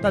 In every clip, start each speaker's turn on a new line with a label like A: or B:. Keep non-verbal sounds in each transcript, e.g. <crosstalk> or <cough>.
A: 大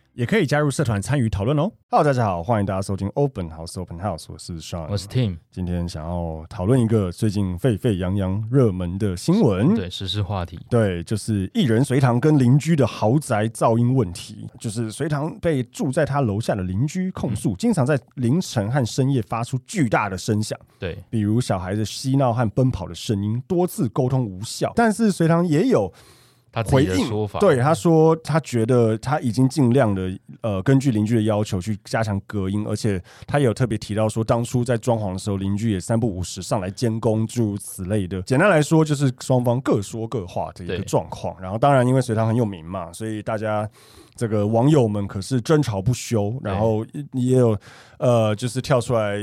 A: 也可以加入社团参与讨论哦。
B: Hello，大家好，欢迎大家收听 Open House Open House，我是 Sean，
C: 我是 Tim，
B: 今天想要讨论一个最近沸沸扬扬、热门的新闻。
C: 对时事话题，
B: 对，就是艺人隋唐跟邻居的豪宅噪音问题，就是隋唐被住在他楼下的邻居控诉，经常在凌晨和深夜发出巨大的声响，
C: 对
B: 比如小孩子嬉闹和奔跑的声音，多次沟通无效。但是隋唐也有
C: 他自
B: 回
C: 己的
B: 应
C: 说法，
B: 对，他说他觉得他已经尽量的呃，根据邻居的要求去加强隔音，而且他也有特别提到说，当初在装潢的时候，邻居也三不五时上来监工，诸如此类的。简单来说，就是双方各说各话的一个
C: 对
B: 状况。然后，当然因为隋唐很有名嘛，所以大家。这个网友们可是争吵不休，然后也有呃，就是跳出来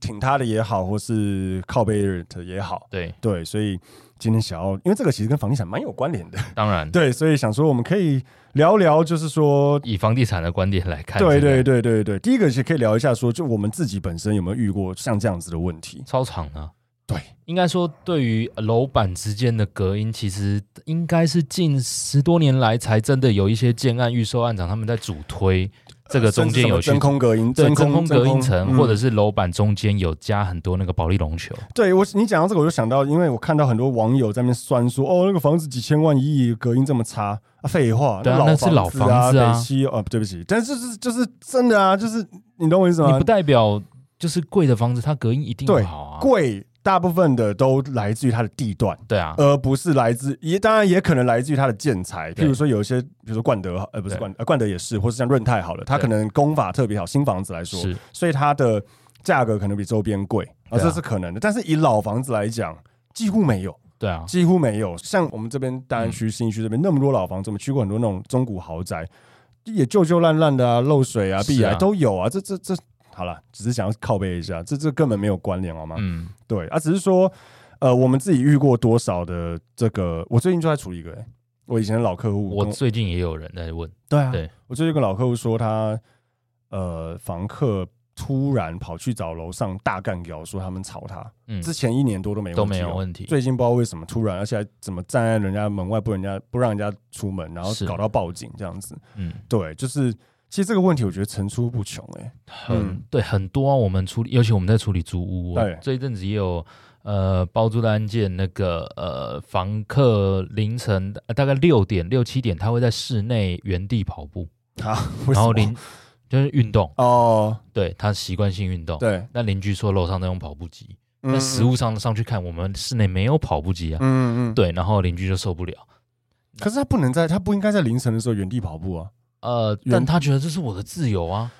B: 挺他的也好，或是靠背的也好，
C: 对，
B: 对，所以今天想要，因为这个其实跟房地产蛮有关联的，
C: 当然，
B: 对，所以想说我们可以聊聊，就是说，
C: 以房地产的观点来看，
B: 对
C: 这
B: 对
C: 个
B: 对对对，第一个是可以聊一下说，就我们自己本身有没有遇过像这样子的问题？
C: 超长啊，
B: 对，
C: 应该说对于楼板之间的隔音，其实应该是近十多年来才真的有一些建案、预售案场他们在主推这个中间有
B: 呃甚至什
C: 去
B: 么真。空隔音、
C: 对
B: 空
C: 真空隔音层，
B: 嗯
C: 或者是楼板中间有加很多那个保利龙球，
B: 对我，你讲到这个，我就想到，因为我看到很多网友在那边酸说，哦，那个房子几千万一亿，隔音这么差啊，废话，
C: 对啊
B: 老
C: 那是老
B: 子啊，
C: 房子啊
B: 北西哦、啊，对不起，但是就是就是真的啊，就是你懂我意思
C: 你
B: 吗
C: 不？代表就是贵的房子它隔音一
B: 啊
C: 定
B: 对
C: 好啊。
B: 贵大部分的都来自于它的地段。
C: 对啊，
B: 而不是来自也当然也可能来自于它的建材，
C: 对
B: 譬如说有一些，比如说冠德，呃，不是
C: 对
B: 冠呃冠德也是，或是像润泰好了，它
C: 对
B: 可能工法特别好，新房子来说，
C: 是
B: 所以它的价格可能比周边贵，啊，
C: 对啊
B: 这是可能的。但是以老房子来讲，几乎没有，
C: 对啊，
B: 几乎没有。像我们这边
C: 嗯
B: 大安区、新一区这边那么多老房子，我们去过很多那种中古豪宅，也旧旧烂烂的啊，漏水啊、
C: 是啊
B: 壁癌都有啊，这这这。好了，只是想要靠背一下，这这根本没有关联，好吗？
C: 嗯，
B: 对啊，只是说，呃，我们自己遇过多少的这个，我最近就在处理一个、欸，我以前的老客户跟，
C: 我最近也有人在问，
B: 对啊，
C: 对
B: 我最近跟老客户说他，呃，房客突然跑去找楼上大干聊，说他们吵他，
C: 嗯，
B: 之前一年多都没问题
C: 都
B: 哦
C: 没有问题，
B: 最近不知道为什么突然，而且还怎么站在人家门外不人家不让人家出门，然后
C: 是
B: 搞到报警这样子，
C: 嗯，
B: 对，就是其实这个问题我觉得层出不穷、欸，哎，
C: 很、
B: 嗯
C: 对很多、啊、我们处理，尤其我们在处理租屋，我
B: 对
C: 这一阵子也有呃包租的案件，那个呃房客凌晨、呃大概六点六七点，他会在室内原地跑步，
B: 啊，为
C: 然
B: 什
C: 后
B: 么
C: 邻就是运动，
B: 哦，
C: 对他习惯性运动。
B: 对，
C: 那邻居说楼上在用跑步机，
B: 嗯
C: 那实物上上去看，我们室内没有跑步机啊，
B: 嗯嗯，
C: 对，然后邻居就受不了，
B: 可是他不能在，他不应该在凌晨的时候原地跑步啊。
C: 呃，
B: 原
C: 但他觉得这是我的自由啊，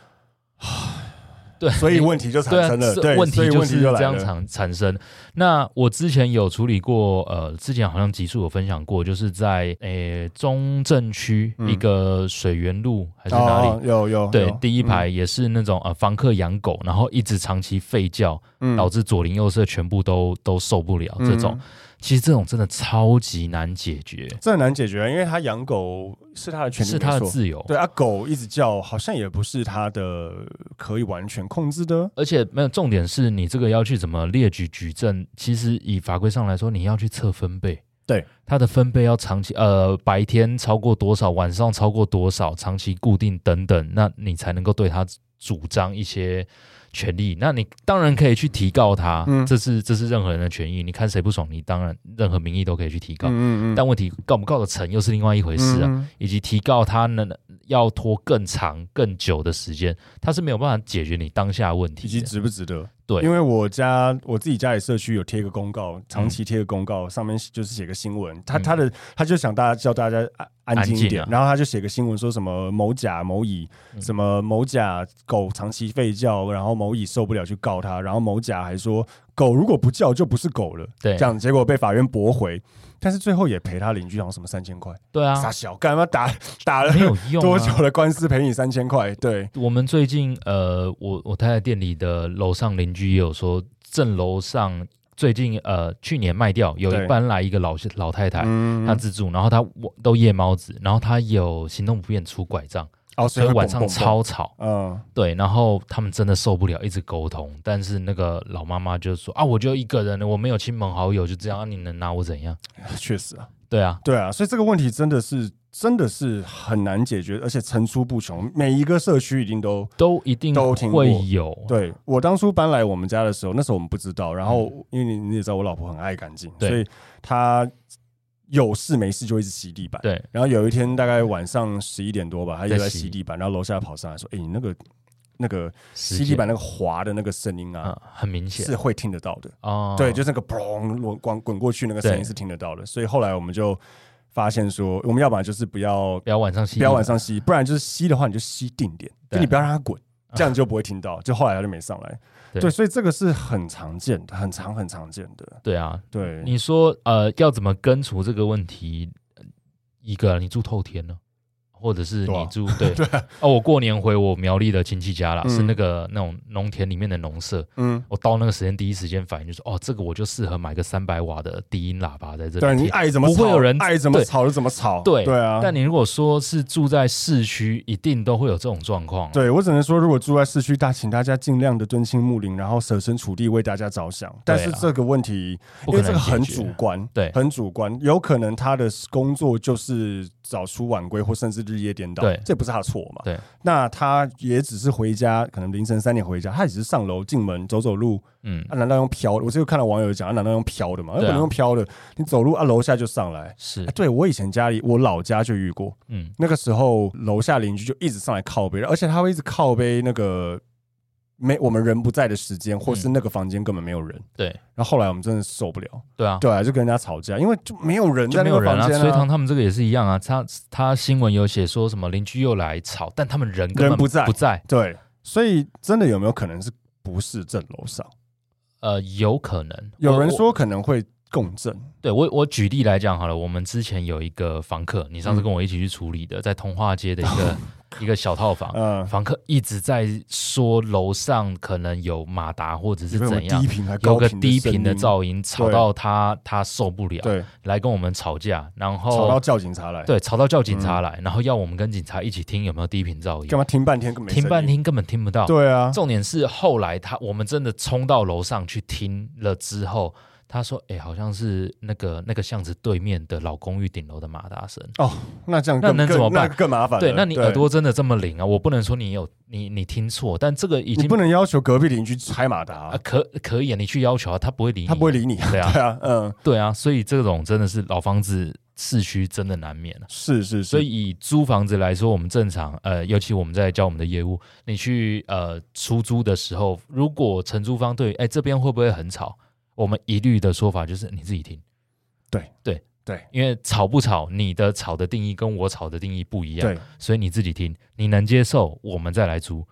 C: 对，
B: 所以问题就产
C: 对啊，
B: 生了，
C: 这
B: 对，
C: 问
B: 所
C: 题
B: 以
C: 就
B: 问
C: 是
B: 题就
C: 这
B: 来
C: 样
B: 了。
C: 产产生。那我之前有处理过，呃，之前好像集数有分享过，就是在诶、中正区
B: 嗯
C: 一个水源路、还是哪里？
B: 哦？有有嗯
C: 对
B: 有，
C: 第一排也是那种呃房客养狗，然后一直长期吠叫，
B: 嗯
C: 导致左邻右舍全部都都受不了。这种
B: 嗯
C: 其实这种真的超级难解决，
B: 这很难解决，啊因为他养狗是他的权利，
C: 是他
B: 没
C: 的
B: 错
C: 自由。
B: 对啊，狗一直叫，好像也不是他的可以完全控制的。
C: 而且没有重点是你这个要去怎么列举举证，其实以法规上来说，你要去测分贝，
B: 对
C: 它的分贝要长期呃白天超过多少，晚上超过多少，长期固定等等，那你才能够对它主张一些权利。那你当然可以去提告他，
B: 嗯
C: 这是这是任何人的权益，你看谁不爽，你当然任何名义都可以去提告。
B: 嗯
C: 但问题告不告得成又是另外一回事啊，
B: 啊，
C: 以及提告他呢要拖更长更久的时间，他是没有办法解决你当下问题
B: 以
C: 的。
B: 及值不值得？
C: 对
B: 因为我家我自己家里社区有贴一个公告，长期贴个公告，上面就是写个新闻，他
C: 嗯
B: 他的他就想大家叫大家安安静一
C: 安静
B: 点
C: 啊，
B: 然后他就写个新闻说什么某甲某乙
C: 嗯
B: 什么某甲狗长期吠叫，然后某乙受不了去告他，然后某甲还说狗如果不叫就不是狗了，
C: 对
B: 这样结果被法院驳回，但是最后也赔他邻居好像什么三千块，
C: 对啊，
B: <laughs> 傻小干嘛打打了
C: 没有用、啊。
B: 多久的官司赔你三千块？对，
C: 我们最近呃，我我太太店里的楼上邻居也有说，正楼上最近呃去年卖掉，有
B: 对
C: 一搬来一个老老太太，
B: 嗯
C: 她自助，然后她我都夜猫子，然后她有行动不便拄拐杖，
B: 哦，
C: 所以
B: 会
C: 晚
B: 蹦
C: 上
B: 蹦
C: 超吵。
B: 蹦嗯，
C: 对，然后他们真的受不了，一直沟通。但是那个老妈妈就说啊，我就一个人，我没有亲朋好友，就这样，啊你能拿我怎样？
B: 确实啊，
C: 对啊，
B: 对啊，所以这个问题真的是真的是很难解决，而且层出不穷，每一个社区一定都
C: 都一定
B: 都听过
C: 会有。
B: 对我当初搬来我们家的时候，那时候我们不知道，然后因为你你也知道我老婆很爱干净，
C: 嗯对
B: 所以她有事没事就一直洗地板。
C: 对
B: 然后有一天大概晚上十一点多吧，她就
C: 在
B: 在
C: 洗
B: 洗地板，然后楼下跑上来说：“哎、你那个那个
C: 时
B: 洗
C: 间
B: 地板那个滑的那个声音啊，
C: 嗯，很明显
B: 是会听得到的。
C: 哦，
B: 对，就是那个砰滚滚滚过去那个声音是听得到的。所以后来我们就发现说，我们要不然就是不要
C: 不要晚上洗，
B: 不要晚上吸，不然就是吸的话你就吸定点，就
C: 对啊
B: 你不要让它滚，这样就不会听到。就后来他就没上来，
C: 对
B: 对，所以这个是很常见的，很常很常见的。
C: 对啊，
B: 对，
C: 你说呃，要怎么根除这个问题？呃一个你住透天呢，或者是
B: <laughs> 对啊
C: 你住对哦，我过年回我苗栗的亲戚家啦，
B: 嗯
C: 是那个那种农田里面的农舍。
B: 嗯，
C: 我到那个时间第一时间反应就是哦，这个我就适合买个三百瓦的低音喇叭在这
B: 对你
C: 里听。
B: 爱怎么
C: 不会
B: 吵
C: 有人
B: 爱怎么
C: 对
B: 吵就怎么吵，
C: 对
B: 对啊。
C: 但你如果说是住在市区，一定都会有这种状况。啊
B: 对我只能说，如果住在市区，大请大家尽量的敦亲睦邻，然后设身处地为大家着想。但是这个问题，
C: 啊不
B: 因为
C: 可
B: 这
C: 能
B: 个很
C: 解决
B: 主观，
C: 对
B: 很主观，有可能他的工作就是早出晚归，或甚至日夜颠倒，
C: 对
B: 这不是他的错嘛？
C: 对，
B: 那他也只是回家，可能凌晨三点回家，他也只是上楼进门走走路，
C: 嗯，
B: 啊，难道用飘的？我这个看到网友讲，啊，难道用飘的吗？啊、
C: 对
B: 不
C: 啊
B: 能用飘的，你走路啊，楼下就上来。
C: 是
B: 啊、，对我以前家里，我老家就遇过，
C: 嗯，
B: 那个时候楼下邻居就一直上来靠背，而且他会一直靠背那个没我们人不在的时间，或是那个房间根本没有人。
C: 嗯对，
B: 然后后来我们真的受不了，
C: 对啊，
B: 对啊，就跟人家吵架，因为就没有人在
C: 就没
B: 那
C: 有
B: 个
C: 人啊。
B: 房间
C: 隋
B: 啊、
C: 唐他们这个也是一样啊，他他新闻有写说什么邻居又来吵，但他们人根
B: 人
C: 本
B: 不在
C: 不在，
B: 对，所以真的有没有可能是不是正楼上？
C: 呃，有可能
B: 有人
C: 我
B: 说可能会共振，
C: 对我，我举例来讲好了，我们之前有一个房客，你上次跟我一起去处理的，在通化街的一
B: <laughs>
C: 个一个小套房，
B: 嗯，
C: 房客一直在说楼上可能有马达或者是
B: 有没有
C: 怎样
B: 低。频还
C: 有
B: 高
C: 个
B: 频
C: 低
B: 声
C: 频的
B: 音，
C: 噪音吵
B: 对
C: 到他，他受不了，
B: 对，
C: 来跟我们吵架，然
B: 吵到
C: 后
B: 叫警嗯察来，，
C: 哦对吵到叫警察来，然后要我们跟警察一起听有没有低频噪
B: 干
C: 音，
B: 嘛听半天根本没
C: 听半
B: 声音，
C: 天根本听不到。
B: 对啊，
C: 重点是后来他我们真的冲到楼上去听了之后，他说：“哎、好像是那个那个巷子对面的老公寓顶楼的马达声。
B: 哦，那这样
C: 那
B: 更
C: 能怎么
B: 更那
C: 办
B: 更麻”烦了，
C: 对，那你耳朵真的这么灵啊？我不能说你有你你听错，但这个已
B: 你
C: 经
B: 不能要求隔壁邻居拆马达、
C: 啊，可可以啊，你去要求啊，他不会理你，
B: 他不会理你。
C: 对啊，
B: <laughs> 对啊，嗯，
C: 对啊，所以这种真的是老房子市区真的难免啊。
B: 是是是，
C: 所以以租房子来说，我们正常，呃，尤其我们在教我们的业务，你去呃出租的时候，如果承租方对于，哎，这边会不会很吵？我们一律的说法就是你自己听。
B: 对
C: 对
B: 对，
C: 因为吵不吵，你的吵的定义跟我吵的定义不一样，
B: 对，
C: 所以你自己听，你能接受，我们再来租。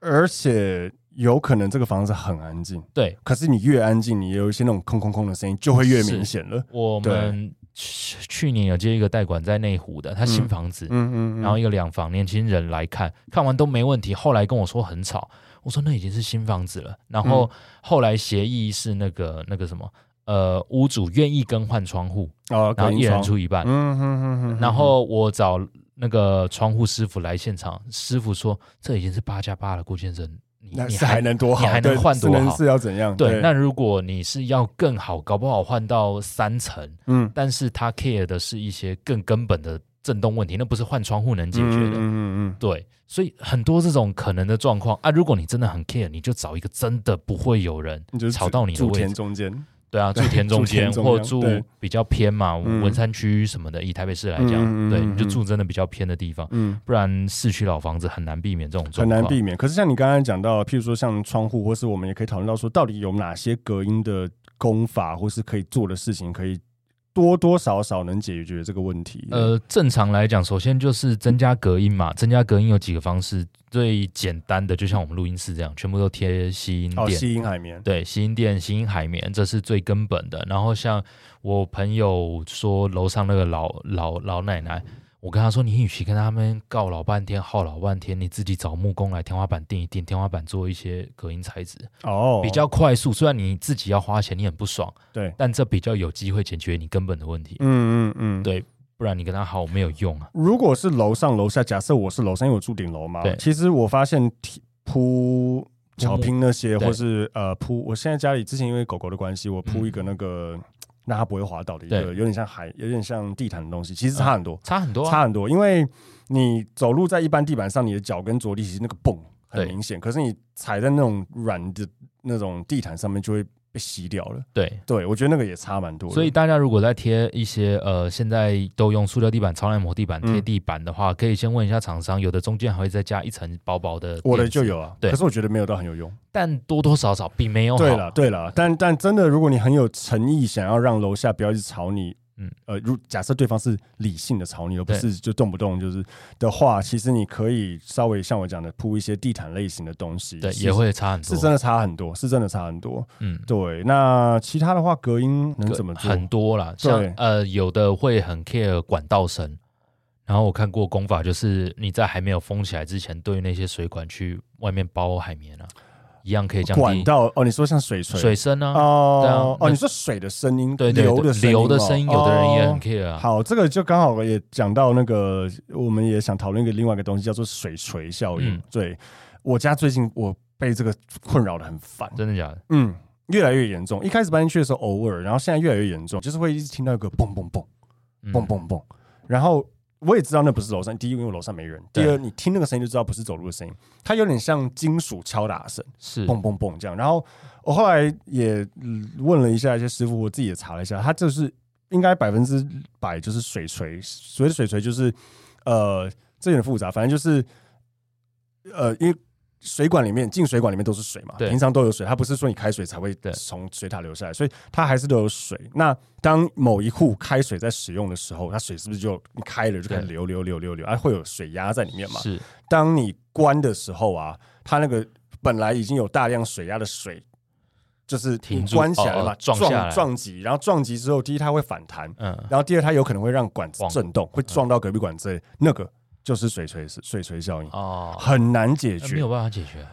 B: 而且有可能这个房子很安静，
C: 对
B: 可是你越安静，你有一些那种空空空的声音就会越明显了。
C: 我们去去年有接一个代管在内湖的，他新房子，
B: 嗯嗯，
C: 然后一个两房年轻人来看，看完都没问题。后来跟我说很吵，我说那已经是新房子了。然
B: 嗯
C: 后后来协议是那个那个什么，呃，屋主愿意更换窗户，
B: 哦，
C: 然后
B: 隔音
C: 一人
B: 窗，
C: 出一半。
B: 嗯哼哼哼，
C: 然后我找那个窗户师傅来现场，师傅说这已经是八加八了，郭先生，你
B: 那
C: 你
B: 是还能多好，
C: 你还能
B: 对
C: 换
B: 是
C: 多
B: 能
C: 好
B: 是要怎样？
C: 对，那如果你是要更好，搞不好换到三层，
B: 嗯，
C: 但是他 care 的是一些更根本的震动问题，那不是换窗户能解决
B: 嗯
C: 的。
B: 嗯嗯
C: 对，所以很多这种可能的状况啊，如果你真的很 care，你就找一个真的不会有人
B: 嗯，就是
C: 吵到你的
B: 住
C: 位
B: 田
C: 置。
B: 中间，
C: 对啊，住田中
B: 住
C: 间
B: 田中央
C: 或住
B: 对
C: 比较偏嘛，
B: 嗯
C: 文山区什么的，以台北市来
B: 嗯嗯嗯
C: 讲，对，
B: 嗯
C: 你就住真的比较偏的地方，
B: 嗯。
C: 不然市区老房子很难避免这种状
B: 很
C: 况。
B: 难避免，可是像你刚刚讲到，譬如说像窗户，或是我们也可以讨论到说，到底有哪些隔音的功法，或是可以做的事情，可以多多少少能解决这个问题。
C: 呃，正常来讲，首先就是增加隔音嘛。增加隔音有几个方式，最简单的就像我们录音室这样，全部都贴吸音
B: 哦，
C: 垫。
B: 吸音海绵，
C: 对，吸音垫、吸音海绵，这是最根本的。然后像我朋友说，楼上那个老老老奶奶，我跟他说，你与其跟他们告老半天、耗老半天，你自己找木工来天花板钉一钉，天花板做一些隔音材质，
B: 哦，
C: 比较快速。虽然你自己要花钱，你很不爽，
B: 对，
C: 但这比较有机会解决你根本的问题。
B: 嗯嗯嗯，
C: 对不然你跟他好没有用啊。
B: 如果是楼上楼下，假设我是楼上，因为我住顶楼嘛
C: 对，
B: 其实我发现提铺
C: 铺木
B: 草坪那些，
C: 嗯对嗯
B: 或是呃铺，我现在家里之前因为狗狗的关系，我铺一个那个、让它不会滑倒的一个，
C: 对
B: 有点像海，有点像地毯的东西，其实差很多，
C: 差很多、啊，
B: 差很多，因为你走路在一般地板上，你的脚跟着地其实那个蹦很
C: 对
B: 明显，可是你踩在那种软的那种地毯上面就会被吸掉了。
C: 对。
B: 对，我觉得那个也差蛮多的。
C: 所以大家如果在贴一些呃，现在都用塑料地板、超耐磨地板
B: 嗯
C: 贴地板的话，可以先问一下厂商，有的中间还会再加一层薄薄的。
B: 我的就，有啊，
C: 对
B: 可是我觉得没有到很有用。
C: 但多多少少比没哦有好。
B: 对了，对了，但但真的，如果你很有诚意，想要让楼下不要一直吵你，
C: 嗯
B: 嗯，呃，如假设对方是理性的吵你，而不
C: 对
B: 是就动不动就是的话，其实你可以稍微像我讲的铺一些地毯类型的东西，
C: 对，
B: 是
C: 也会差很多。
B: 是真的差很多，是真的差很多。
C: 嗯，
B: 对，那其他的话，隔音能怎么做？
C: 很多啦，
B: 对
C: 像呃，有的会很 care 管道声，然后我看过功法，就是你在还没有封起来之前，对那些水管去外面包海绵啊，一样可以降低
B: 管道哦，你说像水锤
C: 水声啊，对啊
B: 哦
C: 那
B: 哦，你说水的声音，
C: 对对对
B: 流的声音哦
C: 流的声音，有的人也很
B: 哦
C: care 啊，
B: 好，这个就刚好也讲到那个，我们也想讨论一个另外一个东西，叫做水锤效应。
C: 嗯
B: 对我家最近我被这个困扰的很烦，
C: 真的假的？
B: 嗯，越来越严重。一开始搬进去的时候偶尔，然后现在越来越严重，就是会一直听到一个嘣嘣嘣
C: 嗯
B: 嘣嘣嘣，然后。我也知道那不是楼上，第一，因为我楼上没人；第
C: 对
B: 二，你听那个声音就知道不是走路的声音，它有点像金属敲打声。
C: 是
B: 蹦蹦蹦这样。然后我后来也嗯问了一下一些师傅，我自己也查了一下，他就是应该百分之百就是水锤，所谓的水锤就是呃，这有点复杂，反正就是呃，因为。水管里面进水管里面都是水嘛，
C: 对
B: 平常都有水，它不是说你开水才会
C: 对
B: 从水塔流下来，所以它还是都有水。那当某一户开水在使用的时候，它水是不是就你开了就开始
C: 对
B: 流流流流流，啊，会有水压在里面嘛？
C: 是，
B: 当你关的时候啊，它那个本来已经有大量水压的水，就是
C: 停
B: 你
C: 住
B: 关起来了嘛，
C: 哦哦撞下
B: 撞
C: 来
B: 撞击，然后撞击之后，第一它会反弹，
C: 嗯，
B: 然后第二它有可能会让管子
C: 晃
B: 震动，会撞到隔壁管之类，那个就是水锤水锤效应，
C: 哦，
B: 很难解
C: 没
B: 决
C: 有。办法解决啊，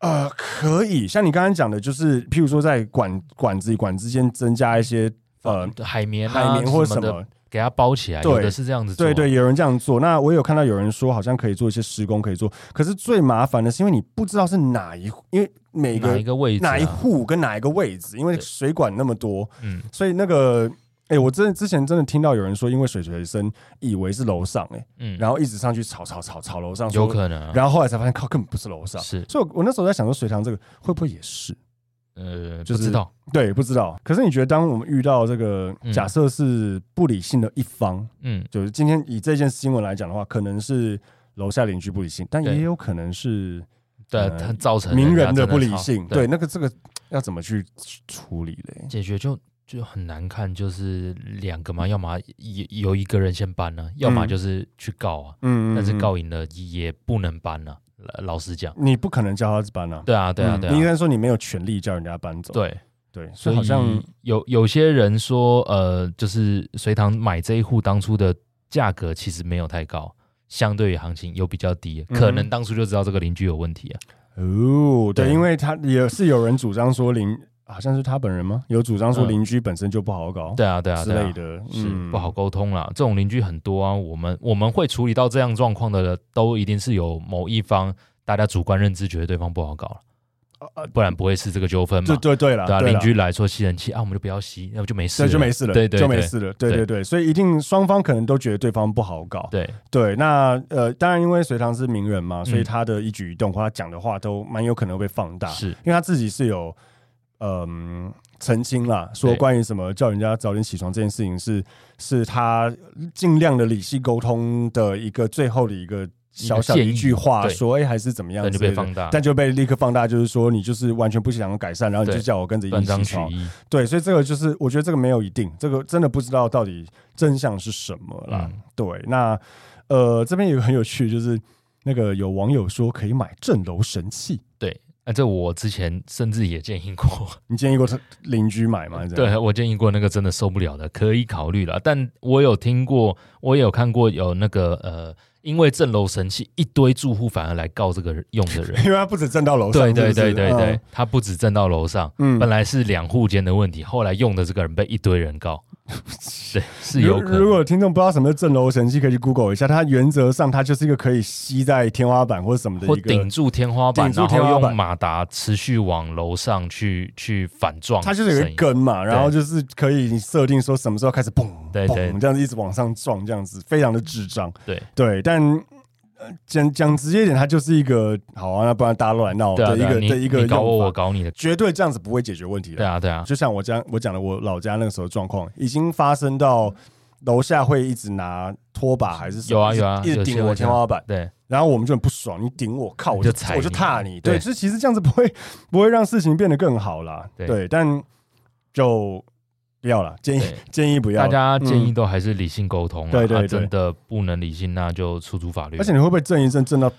B: 呃，可以，像你刚刚讲的，就是譬如说在管管子与管之间增加一些呃
C: 海绵啊、
B: 海绵或
C: 什
B: 者什
C: 么的，
B: 么，
C: 给它包起来，
B: 对
C: 有的是这样子做，
B: 对对，，有人这样做。那我有看到有人说，好像可以做一些施工，可以做。可是最麻烦的是，因为你不知道是哪一户，因为每
C: 哪
B: 个
C: 一个位置啊，
B: 哪一户跟哪一个位置，因为
C: 对
B: 水管那么多，
C: 嗯，
B: 所以那个，哎、我真的之前真的听到有人说，因为水锤声以为是楼上、哎，
C: 嗯，
B: 然后一直上去吵吵吵吵楼上，
C: 有
B: 能，
C: 可能啊，
B: 然后后来才发现靠，根本不是楼上。
C: 是，
B: 所以我，我那时候在想说，隋唐这个会不会也是？
C: 呃，
B: 就
C: 不知
B: 是
C: 道，
B: 对，不知道。可是你觉得，当我们遇到这个
C: 嗯
B: 假设是不理性的一方，
C: 嗯，
B: 就是今天以这件新闻来讲的话，可能是楼下邻居不理性，但
C: 对
B: 也有可能是
C: 对，
B: 呃
C: 它造成
B: 名
C: 人家
B: 人的
C: 真
B: 不理
C: 吵
B: 性。对，，那个这个要怎么去处理嘞？
C: 解决就就很难看，就是两个嘛，要么有有一个人先搬呢、要么
B: 嗯
C: 就是去告啊，
B: 嗯
C: 但是告赢了也不能搬呢、呃老实讲，
B: 你不可能叫他搬啊，
C: 对啊，对啊，
B: 嗯
C: 对
B: 你应
C: 啊，
B: 该说你没有权利叫人家搬走。
C: 对，
B: 对，所
C: 所
B: 以好像
C: 以有有些人说，呃，就是隋唐买这一户当初的价格其实没有太高。相对于行情有比较低，
B: 嗯
C: 可能当初就知道这个邻居有问题啊。
B: 哦，对，
C: 对
B: 因为他也是有人主张说邻，好像是他本人吗？有主张说
C: 嗯
B: 邻居本身就不好搞
C: 对啊，对啊，
B: 之
C: 对啊
B: 类，的，
C: 是
B: 嗯
C: 不好。沟通啦。这种邻居很多啊，我们我们会处理到这样状况的，都一定是有某一方大家主观认知觉得对方不好搞了，不然不会是这个纠纷
B: 啊对
C: 嘛。
B: 对对了，
C: 对啊，
B: 对啦
C: 邻居来说吸人气啊，我们就不要吸，那就没事
B: 对
C: 了，
B: 就没事了，
C: 对对
B: 就没
C: 对
B: 事了，对
C: 对
B: 对对，所以一定双方可能都觉得对方不好搞，
C: 对
B: 对，那呃，当然，因为隋唐是名人嘛，所
C: 嗯
B: 以他的一举一动或他讲的话都蛮有可能会被放大，
C: 是
B: 因为他自己是有嗯、澄清啦，说
C: 对
B: 关于什么叫人家早点起床这件事情是是他尽量的理性沟通的一个最后的一个小小的
C: 建议
B: 一句话，
C: 对
B: 说哎、还是怎么样
C: 但就
B: 之类
C: 被
B: 的
C: 放大，
B: 但就被立刻放大，就是说你就是完全不想要改善，然后你就
C: 对
B: 叫我跟着一
C: 断
B: 起
C: 章
B: 起
C: 取
B: 床，
C: 义。
B: 对，所以这个就是我觉得这个没有一定，这个真的不知道到底真相是什么啦。
C: 嗯
B: 对，那呃这边有个很有趣，就是那个有网友说可以买镇楼神器，
C: 对，哎，这我之前甚至也建议过，
B: 你建议过他邻居买吗？这样。
C: <laughs> 对我建议过那个真的受不了的，可以考虑了。但我有听过，我也有看过有那个呃，因为震楼神器，一堆住户反而来告这个用的人
B: 因为他不止震 <laughs> 到楼上，
C: 对对
B: 是不
C: 对
B: 是
C: 对对，，他不止震到楼上，
B: 嗯
C: 本来是两户间的问题，后来用的这个人被一堆
B: <laughs>
C: 人告，对，是
B: 如
C: 有可
B: 如
C: 能。
B: 果听众不知道什么是震楼神器，可以去 Google 一下。它原则上它就是一个可以吸在天花板或者什么的
C: 或
B: 一个
C: 顶，住天花板，
B: 顶住
C: 然
B: 天花
C: 后
B: 板
C: 用马达持续往楼上去去反撞
B: 它
C: 的
B: 就
C: 声音，
B: 是有一根嘛，然后就是可以你设定说什么时候开始砰
C: 对对
B: 砰这样子一直往上撞，这样子非常的智障。
C: 对
B: 对，但。呃讲讲直接一点，它就是一个好啊，那不然大家都来闹
C: 对啊
B: 的一
C: 对啊
B: 个
C: 你
B: 的一个
C: 你搞我，
B: 用法
C: 我搞你的，
B: 绝对这样子不会解决问题的
C: 对。啊对啊，
B: 就像我家我讲的，我老家那个时候的状况已经发生到楼下会一直拿拖把还是什么
C: 有啊
B: 一直一
C: 有啊
B: 直
C: 有些
B: 顶我
C: 会这
B: 天
C: 样
B: 花板，
C: 对啊
B: 然后我们就很不爽，你顶我靠，我
C: 就踩
B: 我就
C: 你
B: 踏你，对，
C: 对
B: 就其实这样子不会不会让事情变得更好啦，
C: 对
B: 对，但就不要了，建议
C: 对
B: 建议不要，嗯
C: 大家建议都还是理性沟通啊，
B: 对对
C: 啊
B: 对
C: 真的不能理性，那就出足法律。
B: 而且你会不会震一震震到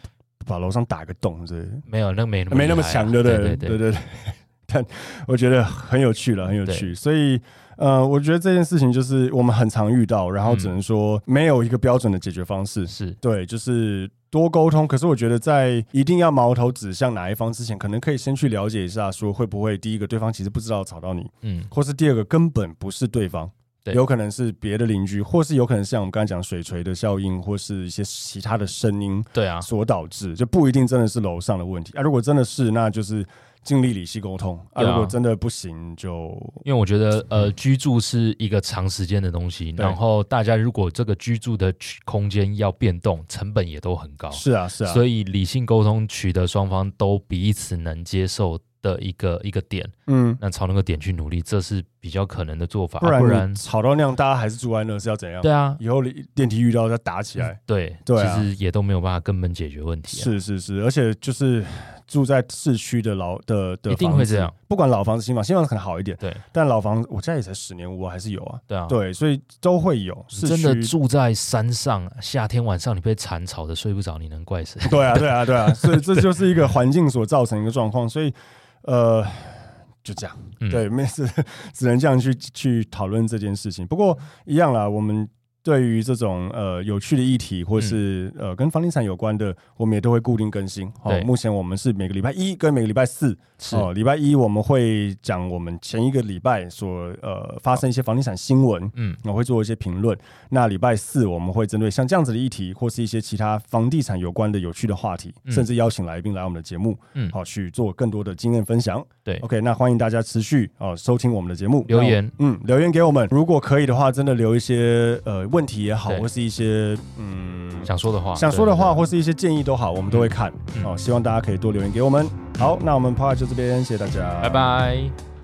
B: 把楼上打个洞之类的？
C: 没有，那没那么
B: 没那么
C: 厉害啊
B: 强，对不
C: 对
B: 对
C: 对
B: 对对。 <laughs> 但我觉得很有趣了，很有趣。所以，呃，我觉得这件事情就是我们很常遇到，然后只能说没有一个标准的解决方式。
C: 是
B: 对，就是多沟通。可是我觉得在一定要矛头指向哪一方之前，可能可以先去了解一下，说会不会第一个对方其实不知道吵到你，
C: 嗯，
B: 或是第二个根本不是对方。
C: 对
B: 有可能是别的邻居，或是有可能像我们刚才讲水锤的效应，或是一些其他的声音，
C: 对啊，
B: 所导致，就不一定真的是楼上的问题啊。如果真的是，那就是尽力理性沟通啊。
C: 对啊
B: 如果真的不行，就
C: 因为我觉得呃，居住是一个长时间的东西，
B: 嗯对
C: 然后大家如果这个居住的区空间要变动，成本也都很高，
B: 是啊是啊，
C: 所以理性沟通取得双方都彼此能接受的一个一个点，
B: 嗯，
C: 那朝那个点去努力，这是比较可能的做法，
B: 不
C: 啊不
B: 然
C: 然
B: 你吵到那样，大家还是住在那是要怎样？
C: 对啊，
B: 以后你电梯遇到要打起来，
C: 对，
B: 对啊
C: 其实也都没有办法根本解决问题、啊。
B: 是是是，而且就是住在市区的老的的
C: 一定
B: 房
C: 会
B: 子
C: 这样，
B: 不管老房子新房，新房子可能好一点，
C: 对
B: 但老房子我家也才十年屋啊，还是有啊，
C: 对啊，
B: 对，所以都会有市
C: 你真的
B: 区
C: 住在山上，夏天晚上你被蝉吵的睡不着，你能怪谁？
B: 对啊，对啊，对啊，所以
C: <laughs>
B: 这就是一个环境所造成一个状况，所以呃，就这样，
C: 嗯
B: 对，没事，只能这样去去讨论这件事情。不过一样啦，我们对于这种呃有趣的议题，或是、呃跟房地产有关的，我们也都会固定更新。哦
C: 嗯对，
B: 目前我们是每个礼拜一跟每个礼拜四，
C: 是
B: 哦，礼拜一我们会讲我们前一个礼拜所呃发生一些房地产新闻，
C: 嗯，
B: 我会做一些评论。那礼拜四我们会针对像这样子的议题，或是一些其他房地产有关的有趣的话题，
C: 嗯
B: 甚至邀请来宾来我们的节目，
C: 嗯
B: 好去做更多的经验分享。
C: 对
B: ，OK，那欢迎大家持续哦收听我们的节目，
C: 留言
B: 那我，嗯，留言给我们。如果可以的话，真的留一些呃问题也好，
C: 对
B: 或是一些嗯
C: 想说的话，
B: 想说的话，
C: 对
B: 或是一些建议都好，我们都会看。
C: 嗯
B: 哦，希望大家可以多留言给我们。好，那我们 p a 就这边，谢谢大家，
C: 对对拜。拜。